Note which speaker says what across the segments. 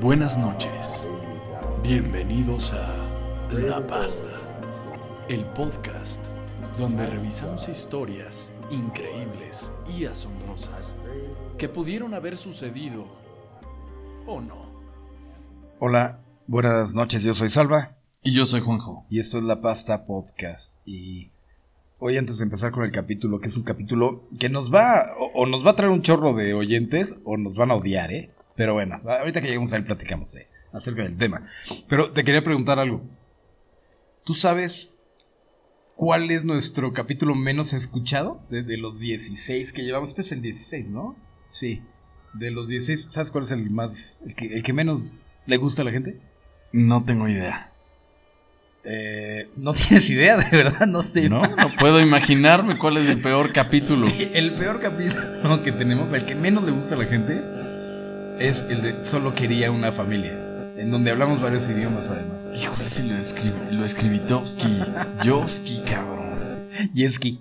Speaker 1: Buenas noches. Bienvenidos a La Pasta, el podcast donde revisamos historias increíbles y asombrosas que pudieron haber sucedido o no.
Speaker 2: Hola, buenas noches, yo soy Salva
Speaker 1: Y yo soy Juanjo.
Speaker 2: y esto es La Pasta Podcast. Y hoy antes de empezar con el capítulo, que es un capítulo que nos va o, o nos va a traer un chorro de oyentes o nos van a odiar, ¿eh? Pero bueno, ahorita que lleguemos ahí platicamos eh, acerca del tema. Pero te quería preguntar algo. ¿Tú sabes cuál es nuestro capítulo menos escuchado de, de los 16 que llevamos? Este es el 16, ¿no? Sí. De los 16, ¿sabes cuál es el más el que, el que menos le gusta a la gente?
Speaker 1: No tengo idea.
Speaker 2: Eh, no tienes idea, de verdad, no te
Speaker 1: No, no puedo imaginarme cuál es el peor capítulo.
Speaker 2: El peor capítulo que tenemos, el que menos le gusta a la gente, es el de Solo quería una familia, en donde hablamos varios idiomas además.
Speaker 1: Híjole, si lo escribí, lo escribí Topsky. Jovsky, cabrón.
Speaker 2: Yelski.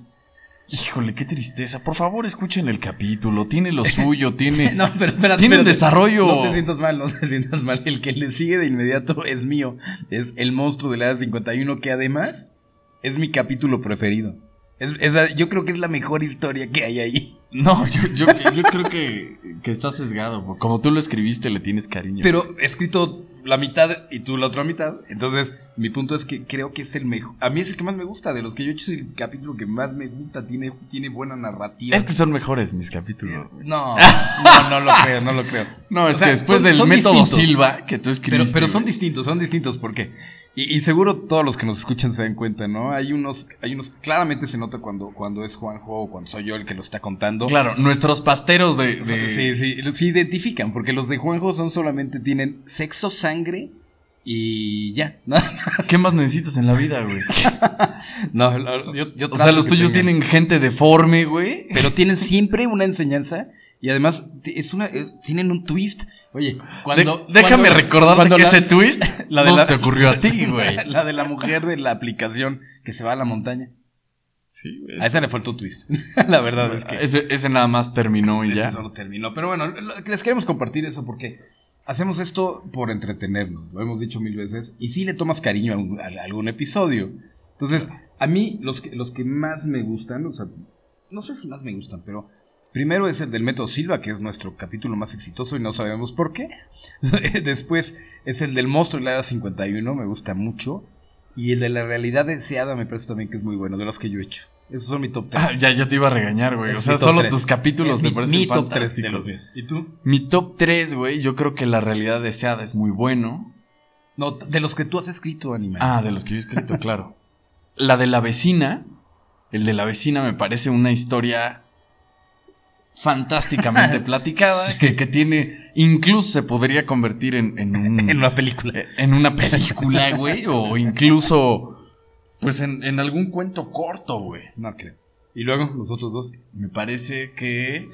Speaker 1: Híjole, qué tristeza. Por favor, escuchen el capítulo. Tiene lo suyo, tiene.
Speaker 2: No, pero espérate,
Speaker 1: Tiene un
Speaker 2: espérate.
Speaker 1: desarrollo.
Speaker 2: No te sientas mal, no te sientas mal. El que le sigue de inmediato es mío. Es el monstruo de la Edad 51, que además es mi capítulo preferido. Es- es la- yo creo que es la mejor historia que hay ahí.
Speaker 1: No, yo, yo, yo creo que, que está sesgado. porque Como tú lo escribiste, le tienes cariño.
Speaker 2: Pero he escrito la mitad y tú la otra mitad. Entonces, mi punto es que creo que es el mejor. A mí es el que más me gusta. De los que yo he hecho, es el capítulo que más me gusta. Tiene, tiene buena narrativa.
Speaker 1: es que son mejores mis capítulos.
Speaker 2: No, no, no lo creo, no lo creo.
Speaker 1: No, es
Speaker 2: O sea,
Speaker 1: que después
Speaker 2: son-
Speaker 1: del
Speaker 2: son
Speaker 1: método
Speaker 2: distintos.
Speaker 1: Silva que tú escribiste.
Speaker 2: Pero, pero son
Speaker 1: güey.
Speaker 2: distintos, son distintos. ¿Por qué? Y, y seguro todos los que nos escuchan se dan cuenta, ¿no? Hay unos, hay unos, claramente se nota cuando, cuando es Juanjo o cuando soy yo el que lo está contando.
Speaker 1: Claro, nuestros pasteros de.
Speaker 2: O sea,
Speaker 1: de-
Speaker 2: Sí, sí, los identifican, porque los de Juanjo son solamente tienen sexo, sangre y ya, ¿no?
Speaker 1: ¿Qué más necesitas en la vida, güey?
Speaker 2: No, lo- yo, yo
Speaker 1: O sea,
Speaker 2: trato
Speaker 1: los
Speaker 2: que
Speaker 1: tuyos
Speaker 2: tengan.
Speaker 1: tienen gente deforme, güey.
Speaker 2: Pero tienen siempre una enseñanza y además t- es una, es- tienen un twist. Oye, cuando.
Speaker 1: De- déjame
Speaker 2: cuando-
Speaker 1: recordarte
Speaker 2: cuando
Speaker 1: que
Speaker 2: la-
Speaker 1: ese twist
Speaker 2: la de
Speaker 1: no
Speaker 2: la-
Speaker 1: se te ocurrió a ti, güey.
Speaker 2: La de la mujer de la aplicación que se va a la montaña.
Speaker 1: Sí, güey.
Speaker 2: A esa le faltó twist. la verdad es que.
Speaker 1: Ese, ese nada más terminó y ya.
Speaker 2: Eso no terminó. Pero bueno, lo- les queremos compartir eso porque hacemos esto por entretenernos. Lo hemos dicho mil veces. Y sí le tomas cariño a, un- a algún episodio. Entonces, a mí, los que, los que más me gustan, o sea, no sé si más me gustan, pero primero es el del Método Silva, que es nuestro capítulo más exitoso y no sabemos por qué. Después es el del Monstruo y la Era 51, me gusta mucho. Y el de la realidad deseada me parece también que es muy bueno, de los que yo he hecho. Esos son mi top 3.
Speaker 1: Ah, ya, ya te iba a regañar, güey. O
Speaker 2: Es
Speaker 1: sea,
Speaker 2: mi top
Speaker 1: solo
Speaker 2: tres.
Speaker 1: tus capítulos
Speaker 2: Es
Speaker 1: me
Speaker 2: mi-
Speaker 1: parecen
Speaker 2: mi top tres
Speaker 1: fantásticos.
Speaker 2: de los míos. ¿Y tú?
Speaker 1: Mi top 3, güey, yo creo que la realidad deseada es muy bueno.
Speaker 2: No, t- de los que tú has escrito, animal.
Speaker 1: Ah, de los que yo he escrito, claro. La de la vecina, el de la vecina me parece una historia fantásticamente platicada,
Speaker 2: Sí.
Speaker 1: que, que tiene, incluso se podría convertir en, en un-
Speaker 2: en una película.
Speaker 1: eh, en una película, güey, o incluso, pues en, en algún cuento corto, güey.
Speaker 2: No creo. Y luego, los otros dos.
Speaker 1: Me parece que.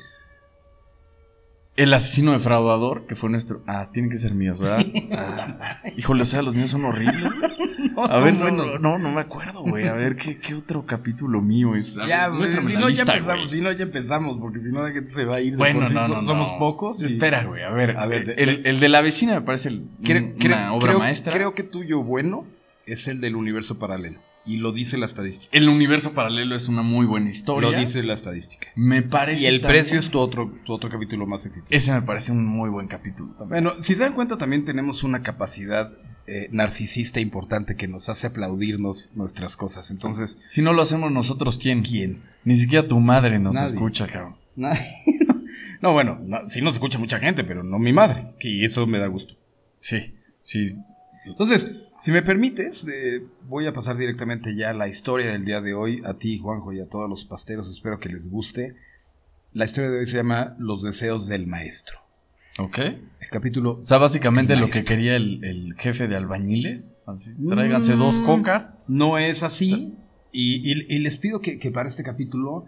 Speaker 1: El asesino defraudador, que fue nuestro. Ah, tienen que ser míos, ¿verdad? Ah, híjole, o sea, los míos son horribles. güey. A ver, no, no, no, no me acuerdo, güey. A ver, ¿qué, qué otro capítulo mío es? A
Speaker 2: Ya,
Speaker 1: ver,
Speaker 2: güey,
Speaker 1: muéstrame
Speaker 2: si
Speaker 1: la
Speaker 2: no, ya
Speaker 1: lista,
Speaker 2: empezamos,
Speaker 1: güey.
Speaker 2: si no, ya empezamos, porque si no la gente se va a ir. de
Speaker 1: Bueno,
Speaker 2: por sí,
Speaker 1: no,
Speaker 2: so-
Speaker 1: no, no.
Speaker 2: Somos pocos. y-
Speaker 1: Espera, güey, a ver.
Speaker 2: A ver, de-
Speaker 1: el, el de la vecina me parece el-
Speaker 2: Cre-
Speaker 1: una
Speaker 2: cre-
Speaker 1: obra
Speaker 2: creo,
Speaker 1: maestra.
Speaker 2: Creo que tuyo bueno es el del universo paralelo. Y lo dice la estadística.
Speaker 1: El universo paralelo es una muy buena historia.
Speaker 2: Lo dice la estadística.
Speaker 1: Me parece.
Speaker 2: Y el
Speaker 1: también- Eh,
Speaker 2: precio es tu otro, tu otro capítulo más exitoso.
Speaker 1: Ese me parece un muy buen capítulo también.
Speaker 2: Bueno, si se dan cuenta, también tenemos una capacidad eh, narcisista importante que nos hace aplaudirnos nuestras cosas. Entonces,
Speaker 1: Si no lo hacemos nosotros, ¿quién?
Speaker 2: ¿quién?
Speaker 1: Ni siquiera tu madre nos
Speaker 2: Nadie.
Speaker 1: escucha, cabrón.
Speaker 2: No, no, bueno, no, sí nos escucha mucha gente, pero no mi madre. Y eso me da gusto.
Speaker 1: Sí, sí.
Speaker 2: Entonces, si me permites, eh, voy a pasar directamente ya a la historia del día de hoy. A ti, Juanjo, y a todos los pasteros, espero que les guste. La historia de hoy se llama Los deseos del maestro.
Speaker 1: Ok.
Speaker 2: El capítulo...
Speaker 1: O sea, básicamente
Speaker 2: El
Speaker 1: lo que
Speaker 2: maestro.
Speaker 1: quería el, el jefe de albañiles. Así,
Speaker 2: Mm.
Speaker 1: tráiganse dos cocas.
Speaker 2: No es así. Y, y- y les pido que, que para este capítulo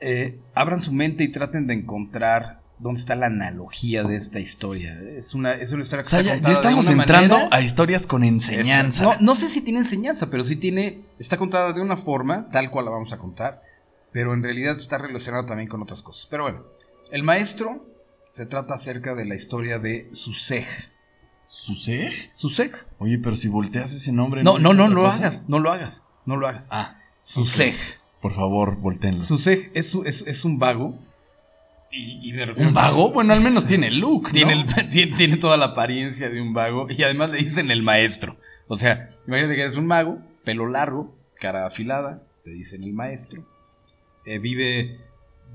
Speaker 2: eh, abran su mente y traten de encontrar dónde está la analogía de esta historia. Es una, es una historia
Speaker 1: O
Speaker 2: que
Speaker 1: sea,
Speaker 2: está
Speaker 1: ya, ya
Speaker 2: contada de
Speaker 1: estamos
Speaker 2: una
Speaker 1: entrando
Speaker 2: manera-
Speaker 1: a historias con enseñanza.
Speaker 2: No, no sé si tiene enseñanza, pero sí tiene. Está contada de una forma, tal cual la vamos a contar. Pero en realidad está relacionada también con otras cosas. Pero bueno, el maestro se trata acerca de la historia de Susej.
Speaker 1: ¿Suseg?
Speaker 2: ¿Susej?
Speaker 1: Oye, pero si volteas ese nombre.
Speaker 2: No, no,
Speaker 1: es
Speaker 2: no,
Speaker 1: otra
Speaker 2: no lo
Speaker 1: cosa.
Speaker 2: hagas, no lo hagas, no lo hagas.
Speaker 1: Ah,
Speaker 2: Susej.
Speaker 1: por favor, volteenlo.
Speaker 2: Susej es, un- es- es un vago. Y, y me refiero
Speaker 1: ¿Un
Speaker 2: a-
Speaker 1: vago? Bueno, al menos tiene look. ¿no?
Speaker 2: Tiene, el- tiene, tiene toda la apariencia de un vago y además le dicen el maestro. O sea, imagínate que eres un mago, pelo largo, cara afilada, te dicen el maestro. Eh, vive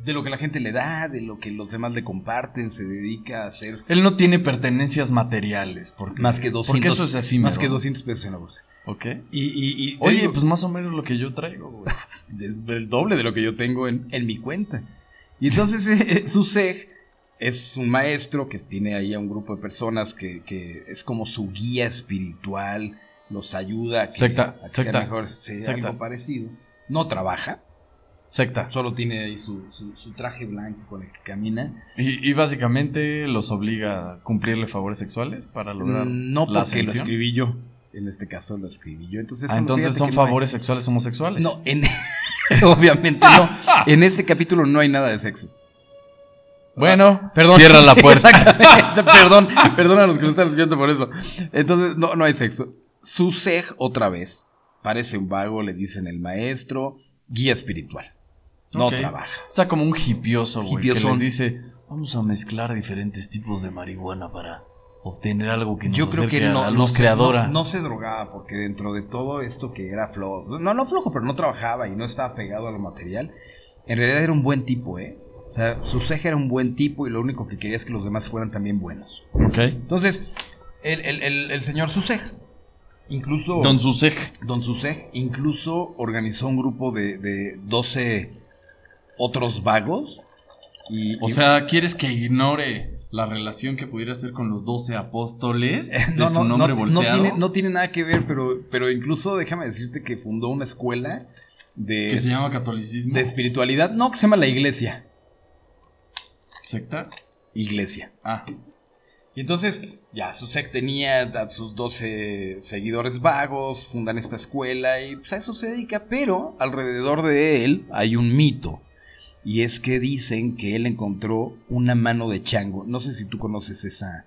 Speaker 2: de lo que la gente le da, de lo que los demás le comparten, se dedica a hacer
Speaker 1: Él no tiene pertenencias materiales. Porque,
Speaker 2: más que
Speaker 1: porque
Speaker 2: 200,
Speaker 1: eso es efímero.
Speaker 2: más que 200 pesos en la bolsa.
Speaker 1: Ok.
Speaker 2: Y, y- y te
Speaker 1: Oye,
Speaker 2: digo,
Speaker 1: pues más o menos lo que yo traigo, güey.
Speaker 2: del, del doble de lo que yo tengo en, en mi cuenta. Y entonces eh, su sej es un maestro que tiene ahí a un grupo de personas que, que es como su guía espiritual, los ayuda a que,
Speaker 1: Secta,
Speaker 2: a que
Speaker 1: secta,
Speaker 2: sean mejores, sí,
Speaker 1: secta.
Speaker 2: algo parecido. No trabaja,
Speaker 1: Secta.
Speaker 2: solo tiene ahí su, su- su traje blanco con el que camina.
Speaker 1: Y, y básicamente los obliga a cumplirle favores sexuales para lograr.
Speaker 2: No
Speaker 1: la
Speaker 2: porque lo
Speaker 1: ascensión.
Speaker 2: escribí yo. En este caso lo escribí yo. Entonces,
Speaker 1: Ah,
Speaker 2: solo
Speaker 1: entonces
Speaker 2: fíjate
Speaker 1: son
Speaker 2: que no hay-
Speaker 1: favores sexuales homosexuales.
Speaker 2: No, en- obviamente no. En este capítulo no hay nada de sexo.
Speaker 1: Bueno,
Speaker 2: Perdón.
Speaker 1: cierra la puerta.
Speaker 2: Exactamente, perdón, perdón a los que lo están escuchando por eso. Entonces, no, no hay sexo. Su sej, otra vez, parece un vago, le dicen el maestro, guía espiritual. No
Speaker 1: Ok.
Speaker 2: trabaja.
Speaker 1: O sea, como un hipioso, güey, que
Speaker 2: Hipiosón.
Speaker 1: les dice, vamos a mezclar diferentes tipos de marihuana para obtener algo que nos
Speaker 2: Yo creo que él
Speaker 1: acerque a
Speaker 2: no,
Speaker 1: la
Speaker 2: no
Speaker 1: luz
Speaker 2: se-
Speaker 1: creadora.
Speaker 2: no- no se drogaba, porque dentro de todo esto que era flojo, no, no flojo, pero no trabajaba y no estaba pegado a lo material, en realidad era un buen tipo, ¿eh? O sea, su sej era un buen tipo y lo único que quería es que los demás fueran también buenos.
Speaker 1: Ok.
Speaker 2: Entonces, el, el- el- el señor Susej, incluso...
Speaker 1: Don Susej.
Speaker 2: Don Susej incluso organizó un grupo de, de 12 otros vagos. Y,
Speaker 1: O
Speaker 2: y-
Speaker 1: sea, ¿quieres que ignore la relación que pudiera hacer con los doce apóstoles de
Speaker 2: no,
Speaker 1: su
Speaker 2: no,
Speaker 1: nombre
Speaker 2: no, no
Speaker 1: volteado?
Speaker 2: tiene, no tiene nada que ver, pero, pero incluso déjame decirte que fundó una escuela de,
Speaker 1: que se llama catolicismo.
Speaker 2: de espiritualidad. No, que se llama la iglesia.
Speaker 1: ¿Secta?
Speaker 2: Iglesia.
Speaker 1: Ah,
Speaker 2: Y entonces, ya, Susek tenía a sus 12 seguidores vagos, fundan esta escuela y pues a eso se dedica, pero alrededor de él hay un mito. Y es que dicen que él encontró una mano de chango. No sé si tú conoces esa,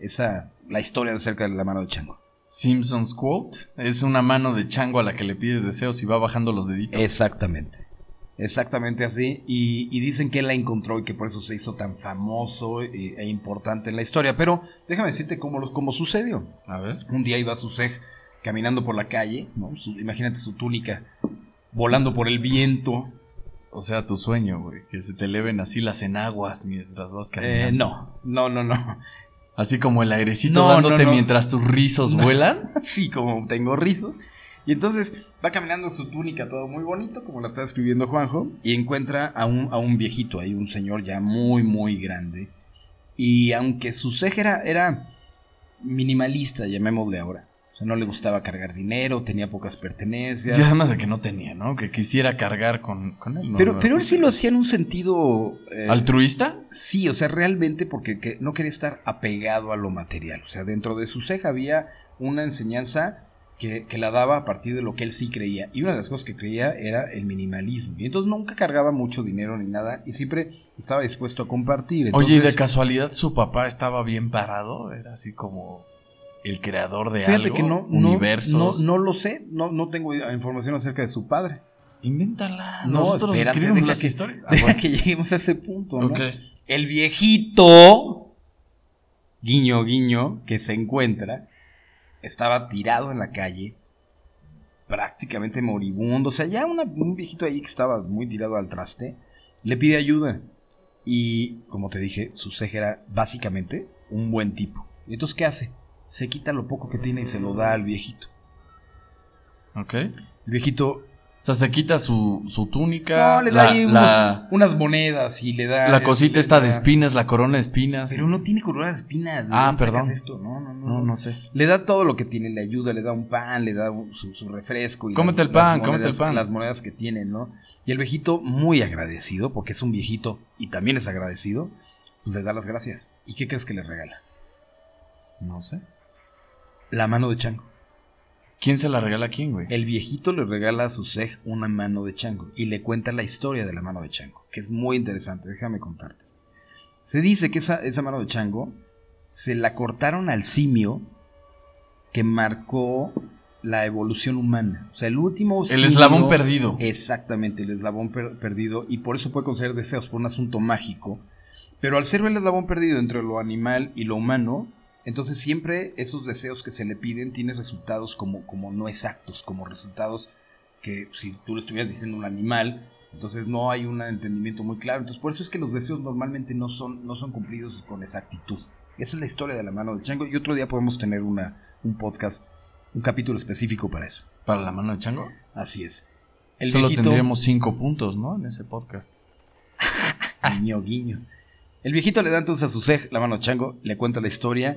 Speaker 2: esa, la historia acerca de la mano de chango.
Speaker 1: Simpsons Quote. Es una mano de chango a la que le pides deseos y va bajando los deditos.
Speaker 2: Exactamente. Exactamente así. Y, y dicen que él la encontró y que por eso se hizo tan famoso e, e importante en la historia. Pero déjame decirte cómo, lo- cómo sucedió.
Speaker 1: A ver.
Speaker 2: Un día iba Susej caminando por la calle, ¿no? Su- imagínate su túnica volando por el viento.
Speaker 1: O sea, tu sueño, güey. Que se te eleven así las enaguas mientras vas caminando.
Speaker 2: Eh, no, no, no, no.
Speaker 1: Así como el airecito
Speaker 2: No,
Speaker 1: dándote
Speaker 2: no, no.
Speaker 1: mientras tus rizos vuelan.
Speaker 2: Así como tengo rizos. Y entonces va caminando en su túnica, todo muy bonito, como la está escribiendo Juanjo, y encuentra a un, a un viejito ahí, un señor ya muy, muy grande. Y aunque Susej era, era minimalista, llamémosle ahora. O sea, no le gustaba cargar dinero, tenía pocas
Speaker 1: Ya
Speaker 2: pertenencias.
Speaker 1: además de que no tenía, ¿no? Que quisiera cargar con, con él. ¿no?
Speaker 2: pero, pero él sí lo hacía en un sentido... eh,
Speaker 1: ¿Altruista?
Speaker 2: Sí, o sea, realmente porque que- no quería estar apegado a lo material. O sea, dentro de su ceja había una enseñanza que, que la daba a partir de lo que él sí creía. Y una de las cosas que creía era el minimalismo. Y entonces nunca cargaba mucho dinero ni nada y siempre estaba dispuesto a compartir.
Speaker 1: Oye, ¿y de
Speaker 2: Entonces,
Speaker 1: casualidad su papá estaba bien parado? ¿Era así como el creador de
Speaker 2: fíjate
Speaker 1: algo?
Speaker 2: que no, no,
Speaker 1: ¿Universos?
Speaker 2: no, no lo sé, no, no tengo información acerca de su padre.
Speaker 1: Invéntala.
Speaker 2: No,
Speaker 1: Nosotros
Speaker 2: espérate,
Speaker 1: escribimos
Speaker 2: deja
Speaker 1: las
Speaker 2: que-
Speaker 1: historias. Ah,
Speaker 2: Deja que lleguemos a ese punto, ¿no?
Speaker 1: Ok.
Speaker 2: El viejito, guiño, guiño, que se encuentra, estaba tirado en la calle, prácticamente moribundo. O sea, ya una- un viejito ahí que estaba muy tirado al traste, le pide ayuda. Y, como te dije, su ceja era básicamente un buen tipo. ¿Y entonces qué hace? Se quita lo poco que tiene y se lo da al viejito.
Speaker 1: ok.
Speaker 2: El viejito
Speaker 1: O sea, se quita su, su túnica.
Speaker 2: no, le da
Speaker 1: la,
Speaker 2: ahí unos-
Speaker 1: la-
Speaker 2: unas monedas y le da...
Speaker 1: la cosita
Speaker 2: le
Speaker 1: esta de
Speaker 2: da-
Speaker 1: espinas, la corona de espinas.
Speaker 2: Pero no tiene corona de espinas. ¿de
Speaker 1: Ah,
Speaker 2: dónde sacas
Speaker 1: perdón.
Speaker 2: Esto? No, no, no.
Speaker 1: no, no sé.
Speaker 2: Le da todo lo que tiene, le ayuda, le da un pan, le da un- su, su refresco. Y
Speaker 1: Cómete el pan, cómete
Speaker 2: monedas-
Speaker 1: el pan.
Speaker 2: Las monedas que tiene, ¿no? Y el viejito, muy agradecido, porque es un viejito y también es agradecido, pues le da las gracias. ¿Y qué crees que le regala?
Speaker 1: No sé.
Speaker 2: La mano de chango.
Speaker 1: ¿Quién se la regala a quién, güey?
Speaker 2: El viejito le regala a su sej una mano de chango y le cuenta la historia de la mano de chango, que es muy interesante, déjame contarte. Se dice que esa, esa mano de chango se la cortaron al simio que marcó la evolución humana. O sea, el último.
Speaker 1: El eslabón perdido.
Speaker 2: Exactamente, el eslabón per- perdido. Y por eso puede conceder deseos, por un asunto mágico. Pero al ser el eslabón perdido entre lo animal y lo humano, entonces siempre esos deseos que se le piden tienen resultados como, como no exactos, como resultados que si tú le estuvieras diciendo a un animal, entonces no hay un entendimiento muy claro. Entonces por eso es que los deseos normalmente no son, no son cumplidos con exactitud. Esa es la historia de la mano del chango y otro día podemos tener una, un podcast, un capítulo específico para eso.
Speaker 1: Para la mano de chango.
Speaker 2: Así es. El
Speaker 1: El Solo
Speaker 2: viejito-
Speaker 1: tendríamos cinco puntos, ¿no? En ese podcast. Ah.
Speaker 2: Guiño, guiño. El viejito le da entonces a su sej la mano de chango, le cuenta la historia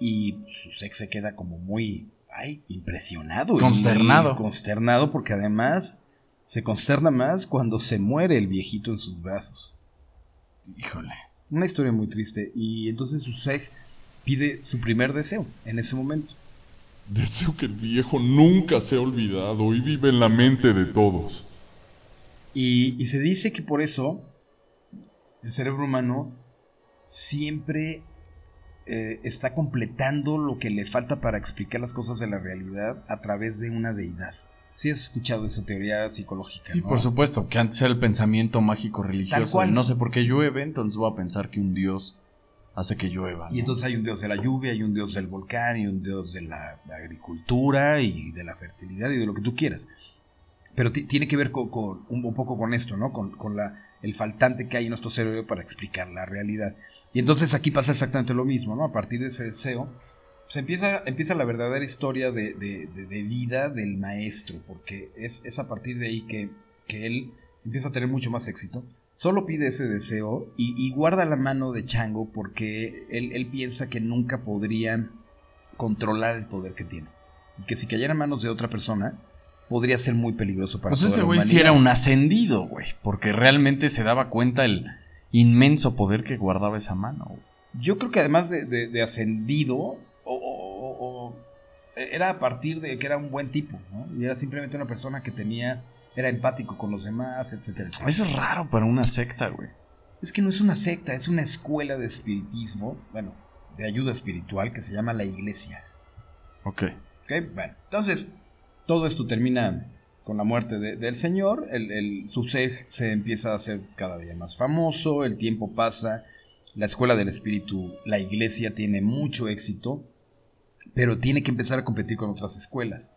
Speaker 2: y su sej se queda como muy ay, impresionado. y
Speaker 1: Consternado.
Speaker 2: muy Consternado porque además se consterna más cuando se muere el viejito en sus brazos.
Speaker 1: Híjole.
Speaker 2: Una historia muy triste. Y entonces su sej pide su primer deseo en ese momento.
Speaker 3: Deseo que el viejo nunca sea olvidado y vive en la mente de todos.
Speaker 2: Y, y se dice que por eso el cerebro humano siempre eh, está completando lo que le falta para explicar las cosas de la realidad a través de una deidad. Sí has escuchado esa teoría psicológica,
Speaker 1: Sí,
Speaker 2: ¿no?
Speaker 1: por supuesto, que antes era el pensamiento mágico
Speaker 2: Tal
Speaker 1: religioso.
Speaker 2: cual.
Speaker 1: de no sé por qué llueve, entonces voy a pensar que un dios hace que llueva.
Speaker 2: Y
Speaker 1: ¿no?
Speaker 2: entonces hay un dios de la lluvia, hay un dios del volcán, y un dios de la, la agricultura y de la fertilidad y de lo que tú quieras. Pero ti- tiene que ver con, con- un, un poco con esto, ¿no? Con, con la, el faltante que hay en nuestro cerebro para explicar la realidad. Y entonces aquí pasa exactamente lo mismo, ¿no? A partir de ese deseo, pues empieza, empieza la verdadera historia de, de- de- de vida del maestro, porque es, es a partir de ahí que, que él empieza a tener mucho más éxito. Solo pide ese deseo y, y guarda la mano de Chango porque él, él piensa que nunca podría controlar el poder que tiene. Y que si cayera en manos de otra persona, podría ser muy peligroso para
Speaker 1: Pues
Speaker 2: toda
Speaker 1: ese
Speaker 2: la
Speaker 1: güey sí
Speaker 2: humanidad.
Speaker 1: era un ascendido, güey. Porque realmente se daba cuenta el inmenso poder que guardaba esa mano. güey.
Speaker 2: Yo creo que además de, de- de ascendido, o, o- o- o- era a partir de que era un buen tipo, ¿no? Y era simplemente una persona que tenía, era empático con los demás, etcétera. etcétera.
Speaker 1: Eso es raro para una secta, güey.
Speaker 2: Es que no es una secta, es una escuela de espiritismo, bueno, de ayuda espiritual que se llama la iglesia.
Speaker 1: Ok.
Speaker 2: ¿ok? Bueno, entonces, todo esto termina con la muerte de- del señor, el, el Subsej se empieza a hacer cada día más famoso, el tiempo pasa, la escuela del espíritu, la iglesia tiene mucho éxito, pero tiene que empezar a competir con otras escuelas,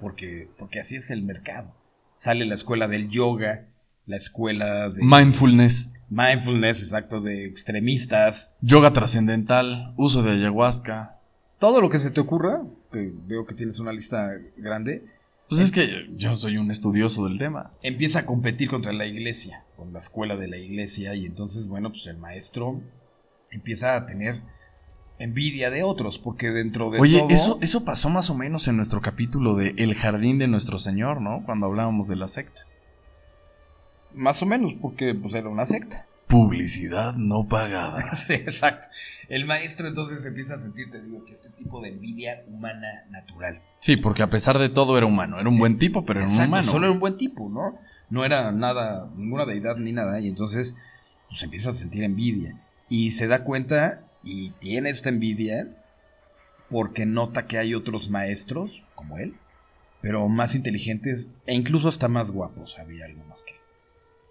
Speaker 2: porque, porque así es el mercado. Sale la escuela del yoga, la escuela de
Speaker 1: Mindfulness,
Speaker 2: mindfulness, exacto, de extremistas,
Speaker 1: yoga trascendental, uso de ayahuasca.
Speaker 2: todo lo que se te ocurra, que veo que tienes una lista grande,
Speaker 1: Pues es que yo soy un estudioso del tema.
Speaker 2: empieza a competir contra la iglesia, con la escuela de la iglesia, y entonces, bueno, pues el maestro empieza a tener envidia de otros, porque dentro de
Speaker 1: Oye,
Speaker 2: todo-
Speaker 1: eso, eso pasó más o menos en nuestro capítulo de El jardín de nuestro Señor, ¿no? Cuando hablábamos de la secta.
Speaker 2: Más o menos, porque pues era una secta.
Speaker 1: Publicidad no pagada.
Speaker 2: Sí, exacto. El maestro entonces empieza a sentir, te digo, que este tipo de envidia humana natural.
Speaker 1: Sí, porque a pesar de todo era humano. Era un buen tipo, pero era un
Speaker 2: Exacto,
Speaker 1: humano.
Speaker 2: Solo era un buen tipo, ¿no? No era nada, ninguna deidad ni nada, y entonces pues empieza a sentir envidia. Y se da cuenta y tiene esta envidia porque nota que hay otros maestros, como él, pero más inteligentes e incluso hasta más guapos, había algunos que.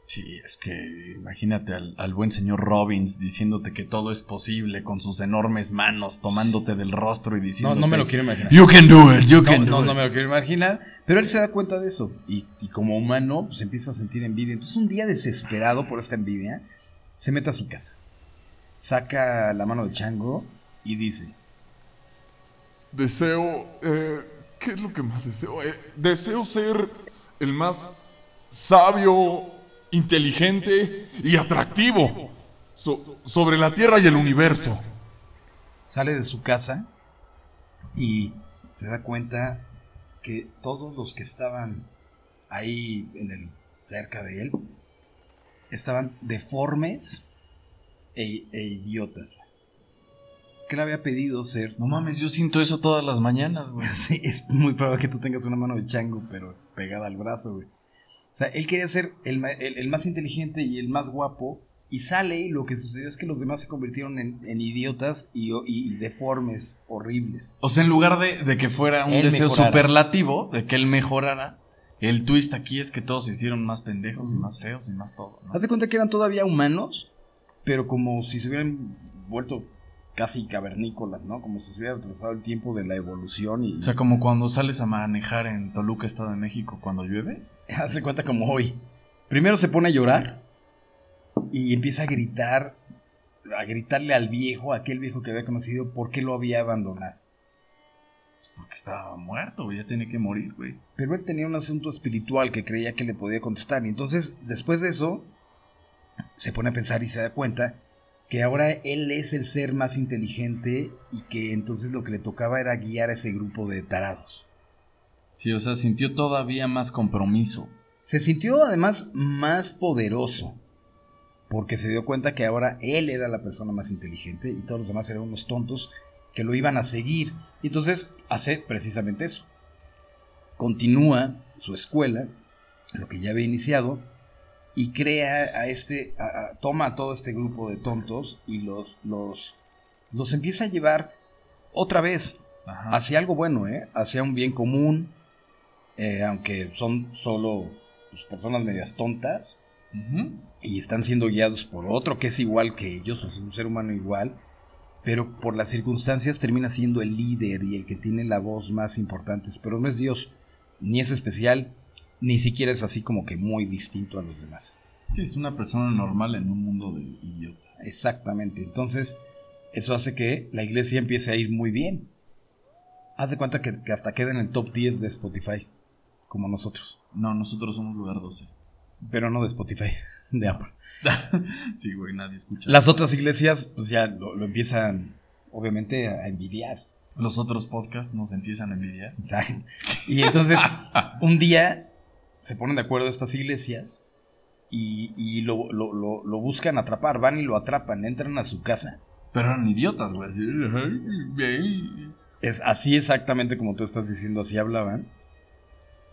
Speaker 1: Sí, es que imagínate al, al buen señor Robbins diciéndote que todo es posible con sus enormes manos, tomándote del rostro y
Speaker 2: No,
Speaker 1: diciéndote...
Speaker 2: no me lo quiero imaginar.
Speaker 1: You can do it, you
Speaker 2: No,
Speaker 1: can
Speaker 2: no,
Speaker 1: do
Speaker 2: no
Speaker 1: it.
Speaker 2: me lo quiero imaginar. Pero él se da cuenta de eso. Y, y como humano, pues empieza a sentir envidia. Entonces, un día desesperado por esta envidia, se mete a su casa. Saca la mano de chango y dice:
Speaker 3: Deseo... eh, ¿Qué es lo que más deseo? Eh, deseo ser el más sabio, inteligente y atractivo so- sobre la Tierra y el universo.
Speaker 2: Sale de su casa y se da cuenta que todos los que estaban ahí en el, cerca de él estaban deformes e, e idiotas. Que le había pedido ser
Speaker 1: No mames, yo siento eso todas las mañanas, güey.
Speaker 2: Sí, es muy probable que tú tengas una mano de chango, pero pegada al brazo, güey. O sea, él quería ser el, ma- el- el más inteligente y el más guapo, y sale y lo que sucedió es que los demás se convirtieron en, en idiotas y, y deformes, horribles.
Speaker 1: O sea, en lugar de, de que fuera un
Speaker 2: Él
Speaker 1: deseo
Speaker 2: mejorara.
Speaker 1: superlativo, de que él mejorara, el twist aquí es que todos se hicieron más pendejos y más feos y más todo. ¿no?
Speaker 2: Haz de cuenta que eran todavía humanos, pero como si se hubieran vuelto casi cavernícolas, ¿no? Como si se hubiera atrasado el tiempo de la evolución y...
Speaker 1: O sea, como cuando sales a manejar en Toluca, Estado de México, cuando llueve.
Speaker 2: Haz de cuenta como hoy. Primero se pone a llorar y empieza a gritar, a gritarle al viejo, a aquel viejo que había conocido, por qué lo había abandonado.
Speaker 1: Porque estaba muerto, güey, ya tiene que morir, güey.
Speaker 2: Pero él tenía un asunto espiritual que creía que le podía contestar. Y entonces, después de eso, se pone a pensar y se da cuenta que ahora él es el ser más inteligente y que entonces lo que le tocaba era guiar a ese grupo de tarados.
Speaker 1: Sí, o sea, sintió todavía más compromiso.
Speaker 2: Se sintió además más poderoso, porque se dio cuenta que ahora él era la persona más inteligente y todos los demás eran unos tontos que lo iban a seguir. Y entonces hace precisamente eso. Continúa su escuela, lo que ya había iniciado, y crea a este, a- a- toma a todo este grupo de tontos y los, los, los empieza a llevar otra vez
Speaker 1: Ajá.
Speaker 2: hacia algo bueno, ¿eh? hacia un bien común, eh, aunque son solo pues, personas medias tontas
Speaker 1: Ujú.
Speaker 2: y están siendo guiados por otro que es igual que ellos, o es un ser humano igual, pero por las circunstancias termina siendo el líder y el que tiene la voz más importante, pero no es Dios, ni es especial, ni siquiera es así como que muy distinto a los demás.
Speaker 1: Sí, es una persona normal en un mundo de idiotas.
Speaker 2: Exactamente. Entonces, eso hace que la iglesia empiece a ir muy bien. Haz de cuenta que, que hasta queda en el top 10 de Spotify, como nosotros.
Speaker 1: No, nosotros somos lugar 12.
Speaker 2: Pero no de Spotify, de Apple.
Speaker 1: sí, güey, nadie escucha.
Speaker 2: Las otras iglesias, pues ya lo, lo empiezan, obviamente, a envidiar.
Speaker 1: Los otros podcasts nos empiezan a envidiar.
Speaker 2: ¿sabes? Y entonces, un día se ponen de acuerdo estas iglesias y, y lo- lo- lo- lo buscan atrapar. Van y lo atrapan, entran a su casa.
Speaker 1: Pero eran idiotas, güey. así, "Ay, güey".
Speaker 2: Es así exactamente como tú estás diciendo, así hablaban.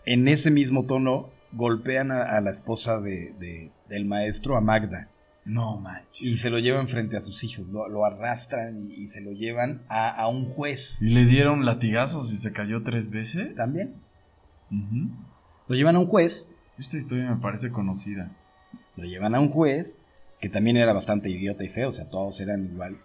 Speaker 2: En ese mismo tono golpean a, a la esposa de, de- del maestro, a Magda,
Speaker 1: No
Speaker 2: y
Speaker 1: manches.
Speaker 2: se lo llevan frente a sus hijos, lo, lo arrastran y, y se lo llevan a, a un juez.
Speaker 1: Y le dieron latigazos y se cayó tres veces.
Speaker 2: También.
Speaker 1: Ujú.
Speaker 2: Lo llevan a un juez,
Speaker 1: Esta historia me parece conocida.
Speaker 2: lo llevan a un juez, que también era bastante idiota y feo, o sea, todos eran igual.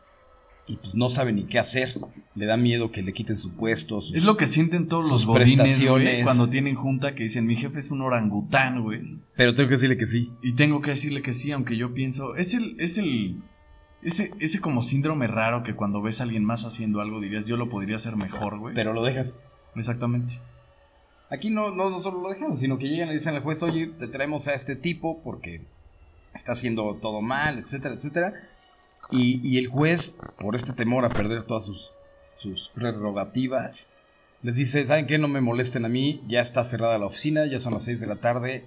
Speaker 2: Y pues no sabe ni qué hacer, le da miedo que le quiten su puesto. sus-
Speaker 1: Es lo que sienten todos
Speaker 2: Sus
Speaker 1: los godines,
Speaker 2: prestaciones.
Speaker 1: güey, cuando tienen junta que dicen, mi jefe es un orangután, güey.
Speaker 2: Pero tengo que decirle que sí.
Speaker 1: Y tengo que decirle que sí, aunque yo pienso, es el, es el, ese, ese como síndrome raro que cuando ves a alguien más haciendo algo dirías, yo lo podría hacer mejor, güey.
Speaker 2: Pero lo dejas.
Speaker 1: Exactamente.
Speaker 2: Aquí no, no, no solo lo dejamos, sino que llegan y le dicen al juez, oye, te traemos a este tipo porque está haciendo todo mal, etcétera, etcétera. Y, y el juez, por este temor a perder todas sus, sus prerrogativas, les dice, ¿saben qué? No me molesten a mí, ya está cerrada la oficina, ya son las 6 de la tarde,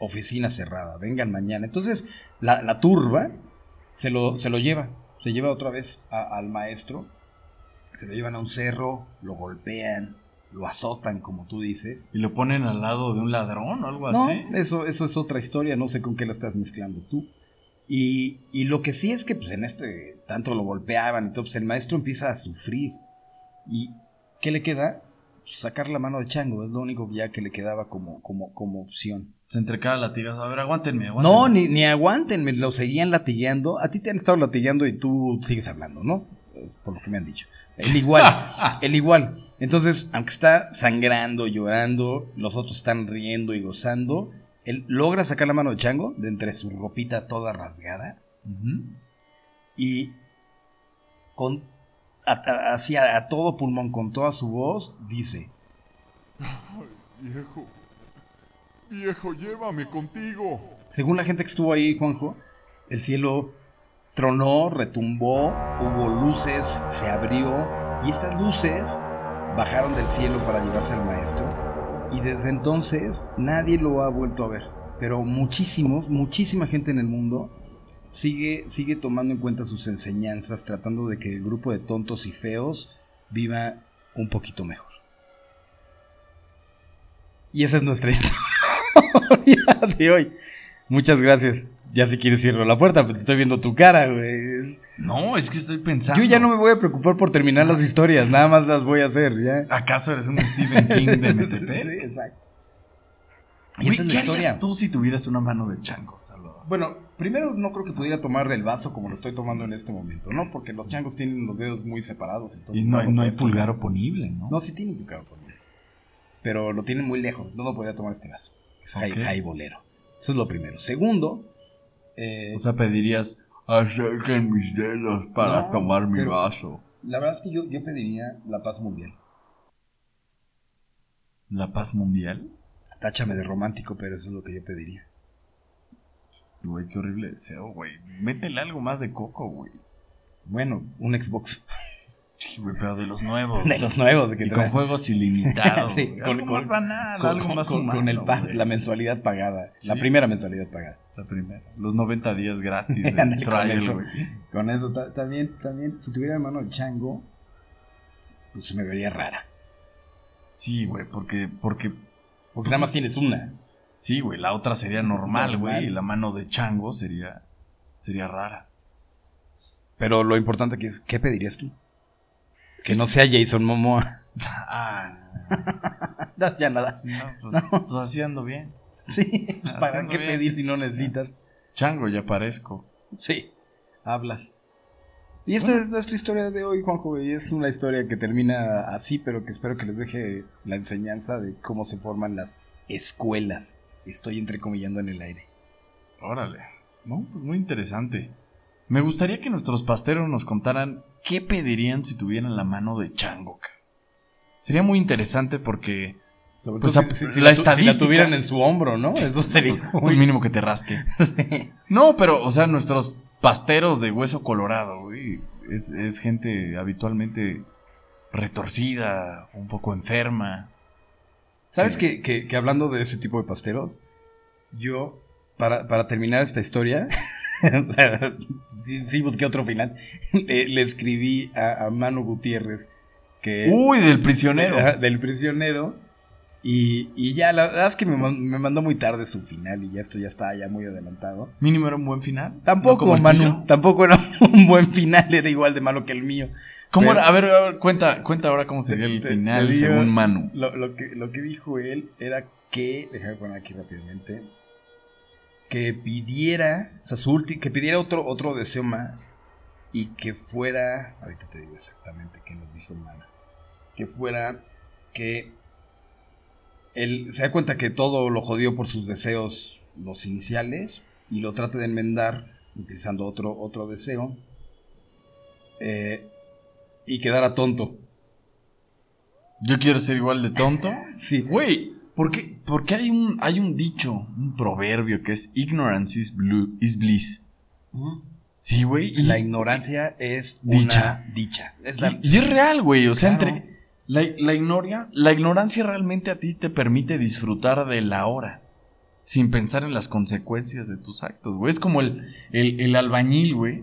Speaker 2: oficina cerrada, vengan mañana. Entonces, la, la turba se lo, se lo lleva, se lleva otra vez a- al maestro, se lo llevan a un cerro, lo golpean, lo azotan, como tú dices.
Speaker 1: Y lo ponen al lado de un ladrón o algo
Speaker 2: No,
Speaker 1: así.
Speaker 2: eso, eso es otra historia, no sé con qué la estás mezclando tú. Y, y lo que sí es que pues en este tanto lo golpeaban, entonces el maestro empieza a sufrir. ¿Y qué le queda? Pues, sacar la mano de chango, es lo único ya que le quedaba como, como, como opción.
Speaker 1: Se entrecaba latigazo. A ver, aguántenme, aguántenme.
Speaker 2: No, ni, ni aguántenme, lo seguían latigueando. A ti te han estado latigueando y tú sigues hablando, ¿no? Eh, Por lo que me han dicho. Él igual. Ah, El igual. Entonces, aunque está sangrando, llorando, los otros están riendo y gozando, él logra sacar la mano de Chango de entre su ropita toda rasgada
Speaker 1: Ujú.
Speaker 2: y con a- a- hacia a todo pulmón, con toda su voz, dice,
Speaker 3: Ay, viejo. Viejo, llévame contigo.
Speaker 2: según la gente que estuvo ahí, Juanjo, el cielo tronó, retumbó, hubo luces, se abrió y estas luces bajaron del cielo para llevarse al maestro. Y desde entonces nadie lo ha vuelto a ver. Pero muchísimos, muchísima gente en el mundo sigue, sigue tomando en cuenta sus enseñanzas, tratando de que el grupo de tontos y feos viva un poquito mejor. Y esa es nuestra historia de hoy. Muchas gracias. Ya si quieres cierro la puerta, pues estoy viendo tu cara, güey.
Speaker 1: No, es que estoy pensando.
Speaker 2: Yo ya no me voy a preocupar por terminar las historias, nada más las voy a hacer, ya.
Speaker 1: ¿Acaso eres un Stephen King de
Speaker 2: Sí,
Speaker 1: MTP?
Speaker 2: exacto. Y
Speaker 1: Güey,
Speaker 2: esa es
Speaker 1: ¿Qué
Speaker 2: la historia.
Speaker 1: harías tú si tuvieras una mano de chango, Salvador?
Speaker 2: Bueno, primero no creo que pudiera tomar del vaso como lo estoy tomando en este momento, ¿no? Porque los changos tienen los dedos muy separados, entonces.
Speaker 1: Y no, hay-
Speaker 2: lo
Speaker 1: no hay
Speaker 2: puedes tomar.
Speaker 1: pulgar oponible, ¿no?
Speaker 2: No, sí tienen pulgar por mí. Pero lo tienen muy lejos, no lo podría tomar este vaso. Es high,
Speaker 1: Ok.
Speaker 2: bolero. Eso es lo primero. Segundo, eh,
Speaker 1: O sea, pedirías, acerquen mis dedos para
Speaker 2: No,
Speaker 1: tomar mi
Speaker 2: pero-
Speaker 1: vaso.
Speaker 2: la verdad es que yo, yo pediría la paz mundial.
Speaker 1: ¿La paz mundial?
Speaker 2: Táchame de romántico, pero eso es lo que yo pediría.
Speaker 1: Güey, qué horrible deseo, güey. Métele algo más de coco, güey.
Speaker 2: Bueno, un Xbox
Speaker 1: Sí, güey, pero de los nuevos.
Speaker 2: de
Speaker 1: güey.
Speaker 2: los nuevos. Que
Speaker 1: Y con
Speaker 2: traen.
Speaker 1: juegos ilimitados.
Speaker 2: Sí,
Speaker 1: güey.
Speaker 2: con-
Speaker 1: algo
Speaker 2: con-
Speaker 1: más banal,
Speaker 2: Con-
Speaker 1: algo
Speaker 2: con-
Speaker 1: más
Speaker 2: con-
Speaker 1: humano,
Speaker 2: con el pa-
Speaker 1: güey.
Speaker 2: la mensualidad pagada. La
Speaker 1: Sí.
Speaker 2: primera mensualidad pagada.
Speaker 1: La primera. Los 90 días gratis
Speaker 2: Ándale,
Speaker 1: del
Speaker 2: con
Speaker 1: trial,
Speaker 2: eso.
Speaker 1: güey.
Speaker 2: Con eso ta- también, también, si tuviera hermano el chango, pues se me vería rara.
Speaker 1: Sí, güey, porque, porque
Speaker 2: Porque nada más tienes una.
Speaker 1: sí, güey, la otra sería normal,
Speaker 2: Normal.
Speaker 1: güey, y la mano de chango sería, sería rara.
Speaker 2: Pero lo importante aquí es, ¿qué pedirías tú? Que no sea Jason Momoa.
Speaker 1: Ah,
Speaker 2: No, ya nada.
Speaker 1: sí, no, pues, pues así ando bien.
Speaker 2: Sí. ¿Para
Speaker 1: Haciendo
Speaker 2: qué
Speaker 1: Ah, bien.
Speaker 2: pedir si no necesitas?
Speaker 1: Chango, ya parezco.
Speaker 2: Sí. Hablas. Y esta es nuestra historia de hoy, Juanjo. Y es una historia que termina así, pero que espero que les deje la enseñanza de cómo se forman las escuelas. Estoy entrecomillando en el aire.
Speaker 1: Órale. No, pues muy interesante. Me gustaría que nuestros pasteros nos contaran qué pedirían si tuvieran la mano de chango. ca. Sería muy interesante porque
Speaker 2: Sobre
Speaker 1: Pues
Speaker 2: todo
Speaker 1: a-
Speaker 2: si, si- si la,
Speaker 1: la
Speaker 2: tu- si la
Speaker 1: estadística-
Speaker 2: tuvieran en su hombro, ¿no? Eso sería
Speaker 1: pues
Speaker 2: muy...
Speaker 1: mínimo que te rasque.
Speaker 2: Sí.
Speaker 1: No, pero, o sea, nuestros pasteros de hueso colorado, güey, es, es gente habitualmente retorcida, un poco enferma.
Speaker 2: ¿Sabes que, que- que hablando de ese tipo de pasteros? Yo, para, para terminar esta historia, o sea, sí, sí busqué otro final, le, le escribí a, a Manu Gutiérrez, que
Speaker 1: Uy, del prisionero.
Speaker 2: Ajá, del prisionero, y, y ya, la verdad es que me, man- me mandó muy tarde su final y ya esto ya estaba ya muy adelantado.
Speaker 1: Mínimo era un buen final.
Speaker 2: Tampoco,
Speaker 1: ¿No como el
Speaker 2: Manu,
Speaker 1: tuyo?
Speaker 2: tampoco era un buen final, era igual de malo que el mío.
Speaker 1: ¿Cómo
Speaker 2: Pero-
Speaker 1: era? A ver, a ver, cuenta, cuenta ahora cómo sería el
Speaker 2: Te- te-
Speaker 1: final
Speaker 2: te digo-
Speaker 1: según Manu.
Speaker 2: Lo, lo que, lo que dijo él era que, déjame poner aquí rápidamente, que pidiera, o sea, su ulti- que pidiera otro, otro deseo más y que fuera, ahorita te digo exactamente qué nos dijo Mana, que fuera que él se da cuenta que todo lo jodió por sus deseos, los iniciales, y lo trate de enmendar utilizando otro, otro deseo eh, y quedara tonto.
Speaker 1: Yo quiero ser igual de tonto.
Speaker 2: Sí,
Speaker 1: Güey, ¿por qué, por qué hay, un, hay un dicho, un proverbio que es ignorance is, blue, is bliss? Sí, güey. y-
Speaker 2: La ignorancia es
Speaker 1: Dicha.
Speaker 2: una dicha. Es la-
Speaker 1: Y, y es real, güey. O sea,
Speaker 2: Claro.
Speaker 1: entre la, la ignoria, la ignorancia realmente a ti te permite disfrutar de la hora. Sin pensar en las consecuencias de tus actos, güey. Es como el, el, el albañil, güey.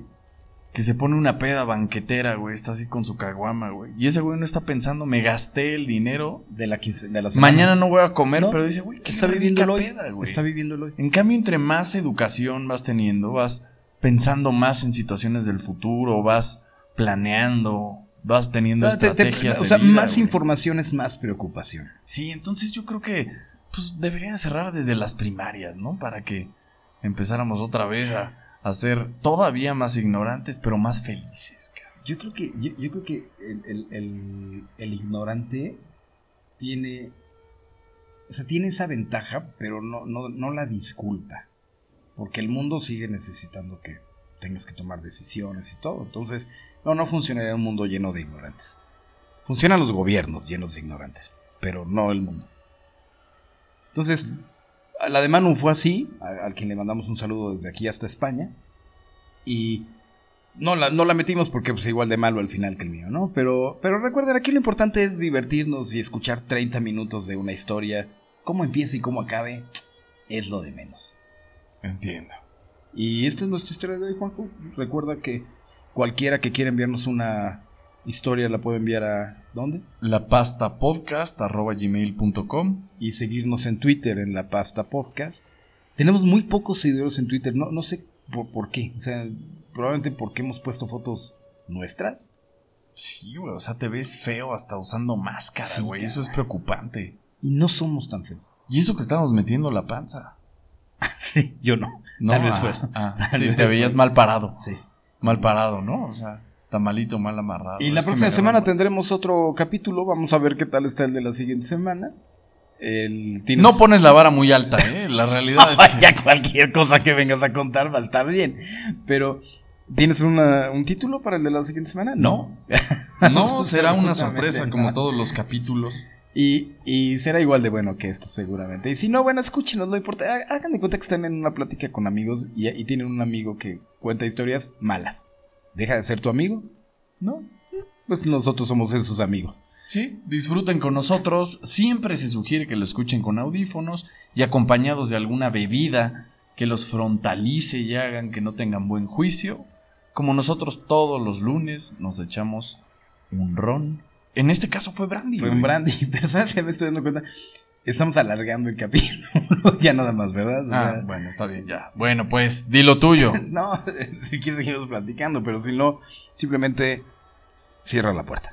Speaker 1: Que se pone una peda banquetera, güey. Está así con su caguama, güey. Y ese güey no está pensando, me gasté el dinero.
Speaker 2: de la quince- de la semana.
Speaker 1: Mañana no voy a comer,
Speaker 2: No,
Speaker 1: pero dice, güey, qué
Speaker 2: está
Speaker 1: rica
Speaker 2: viviendo el hoy.
Speaker 1: peda, güey.
Speaker 2: Está viviendo el hoy.
Speaker 1: En cambio, entre más educación vas teniendo, vas pensando más en situaciones del futuro, vas planeando, vas teniendo
Speaker 2: Ah, Te- te-
Speaker 1: estrategias.
Speaker 2: o
Speaker 1: de
Speaker 2: sea,
Speaker 1: vida,
Speaker 2: más
Speaker 1: güey.
Speaker 2: información es más preocupación.
Speaker 1: Sí, entonces yo creo que pues, deberían cerrar desde las primarias, ¿no? Para que empezáramos otra vez a, a ser todavía más ignorantes, pero más felices. cabrón.
Speaker 2: Yo creo que, yo, yo creo que el, el- el- el ignorante tiene. O sea, tiene esa ventaja, pero no, no, no la disculpa. Porque el mundo sigue necesitando que tengas que tomar decisiones y todo. Entonces, no, no funcionaría un mundo lleno de ignorantes. Funcionan los gobiernos llenos de ignorantes, pero no el mundo. Entonces, a la de Manu fue así, a- al quien le mandamos un saludo desde aquí hasta España. Y no la, no la metimos porque pues igual de malo al final que el mío, ¿no? Pero, pero recuerden, aquí lo importante es divertirnos y escuchar 30 minutos de una historia. Cómo empieza y cómo acabe es lo de menos.
Speaker 1: Entiendo.
Speaker 2: Y esta es nuestra historia de hoy, Juanjo. Recuerda que cualquiera que quiera enviarnos una historia la puede enviar a... ¿Dónde?
Speaker 1: La pasta podcast arroba gmail.com
Speaker 2: Y seguirnos en Twitter en La Pasta Podcast. Tenemos muy pocos seguidores en Twitter, no, no sé por, por qué. O sea, probablemente porque hemos puesto fotos nuestras.
Speaker 1: Sí, güey, o sea, te ves feo hasta usando máscara,
Speaker 2: Sí,
Speaker 1: güey. Eso es
Speaker 2: caray.
Speaker 1: preocupante.
Speaker 2: Y no somos tan feos.
Speaker 1: Y eso que estamos metiendo la panza.
Speaker 2: Sí, yo no.
Speaker 1: No,
Speaker 2: Tal vez
Speaker 1: ah,
Speaker 2: fue eso.
Speaker 1: ah,
Speaker 2: Tal
Speaker 1: sí,
Speaker 2: vez
Speaker 1: te
Speaker 2: fue
Speaker 1: veías
Speaker 2: eso.
Speaker 1: mal parado.
Speaker 2: Sí.
Speaker 1: Mal parado, ¿no? O sea, tamalito mal amarrado.
Speaker 2: Y la
Speaker 1: Es que
Speaker 2: próxima
Speaker 1: me
Speaker 2: semana
Speaker 1: agarran-
Speaker 2: tendremos otro capítulo. Vamos a ver qué tal está el de la siguiente semana. El, tienes-
Speaker 1: No pones la vara muy alta, ¿eh? La realidad es que...
Speaker 2: ya cualquier cosa que vengas a contar va a estar bien. Pero, ¿tienes una- un título para el de la siguiente semana? No.
Speaker 1: No, será una
Speaker 2: Justamente,
Speaker 1: sorpresa como
Speaker 2: no.
Speaker 1: todos los capítulos.
Speaker 2: Y, y será igual de bueno que esto seguramente. Y si no, bueno, escúchenos, no importa. Há- Hagan de cuenta que están en una plática con amigos y, y tienen un amigo que cuenta historias malas. ¿Deja de ser tu amigo? No. Pues nosotros somos esos amigos.
Speaker 1: Sí, disfruten con nosotros. Siempre se sugiere que lo escuchen con audífonos y acompañados de alguna bebida que los frontalice y hagan que no tengan buen juicio. Como nosotros todos los lunes nos echamos un ron. En este caso fue brandy.
Speaker 2: Fue
Speaker 1: güey.
Speaker 2: un brandy, pero ¿sabes qué me estoy dando cuenta? Estamos alargando el capítulo, ya nada más, ¿verdad? O
Speaker 1: Ah,
Speaker 2: sea,
Speaker 1: bueno, está bien, ya. Bueno, pues, di lo tuyo.
Speaker 2: No, si quieres seguimos platicando, pero si no, simplemente cierra la puerta.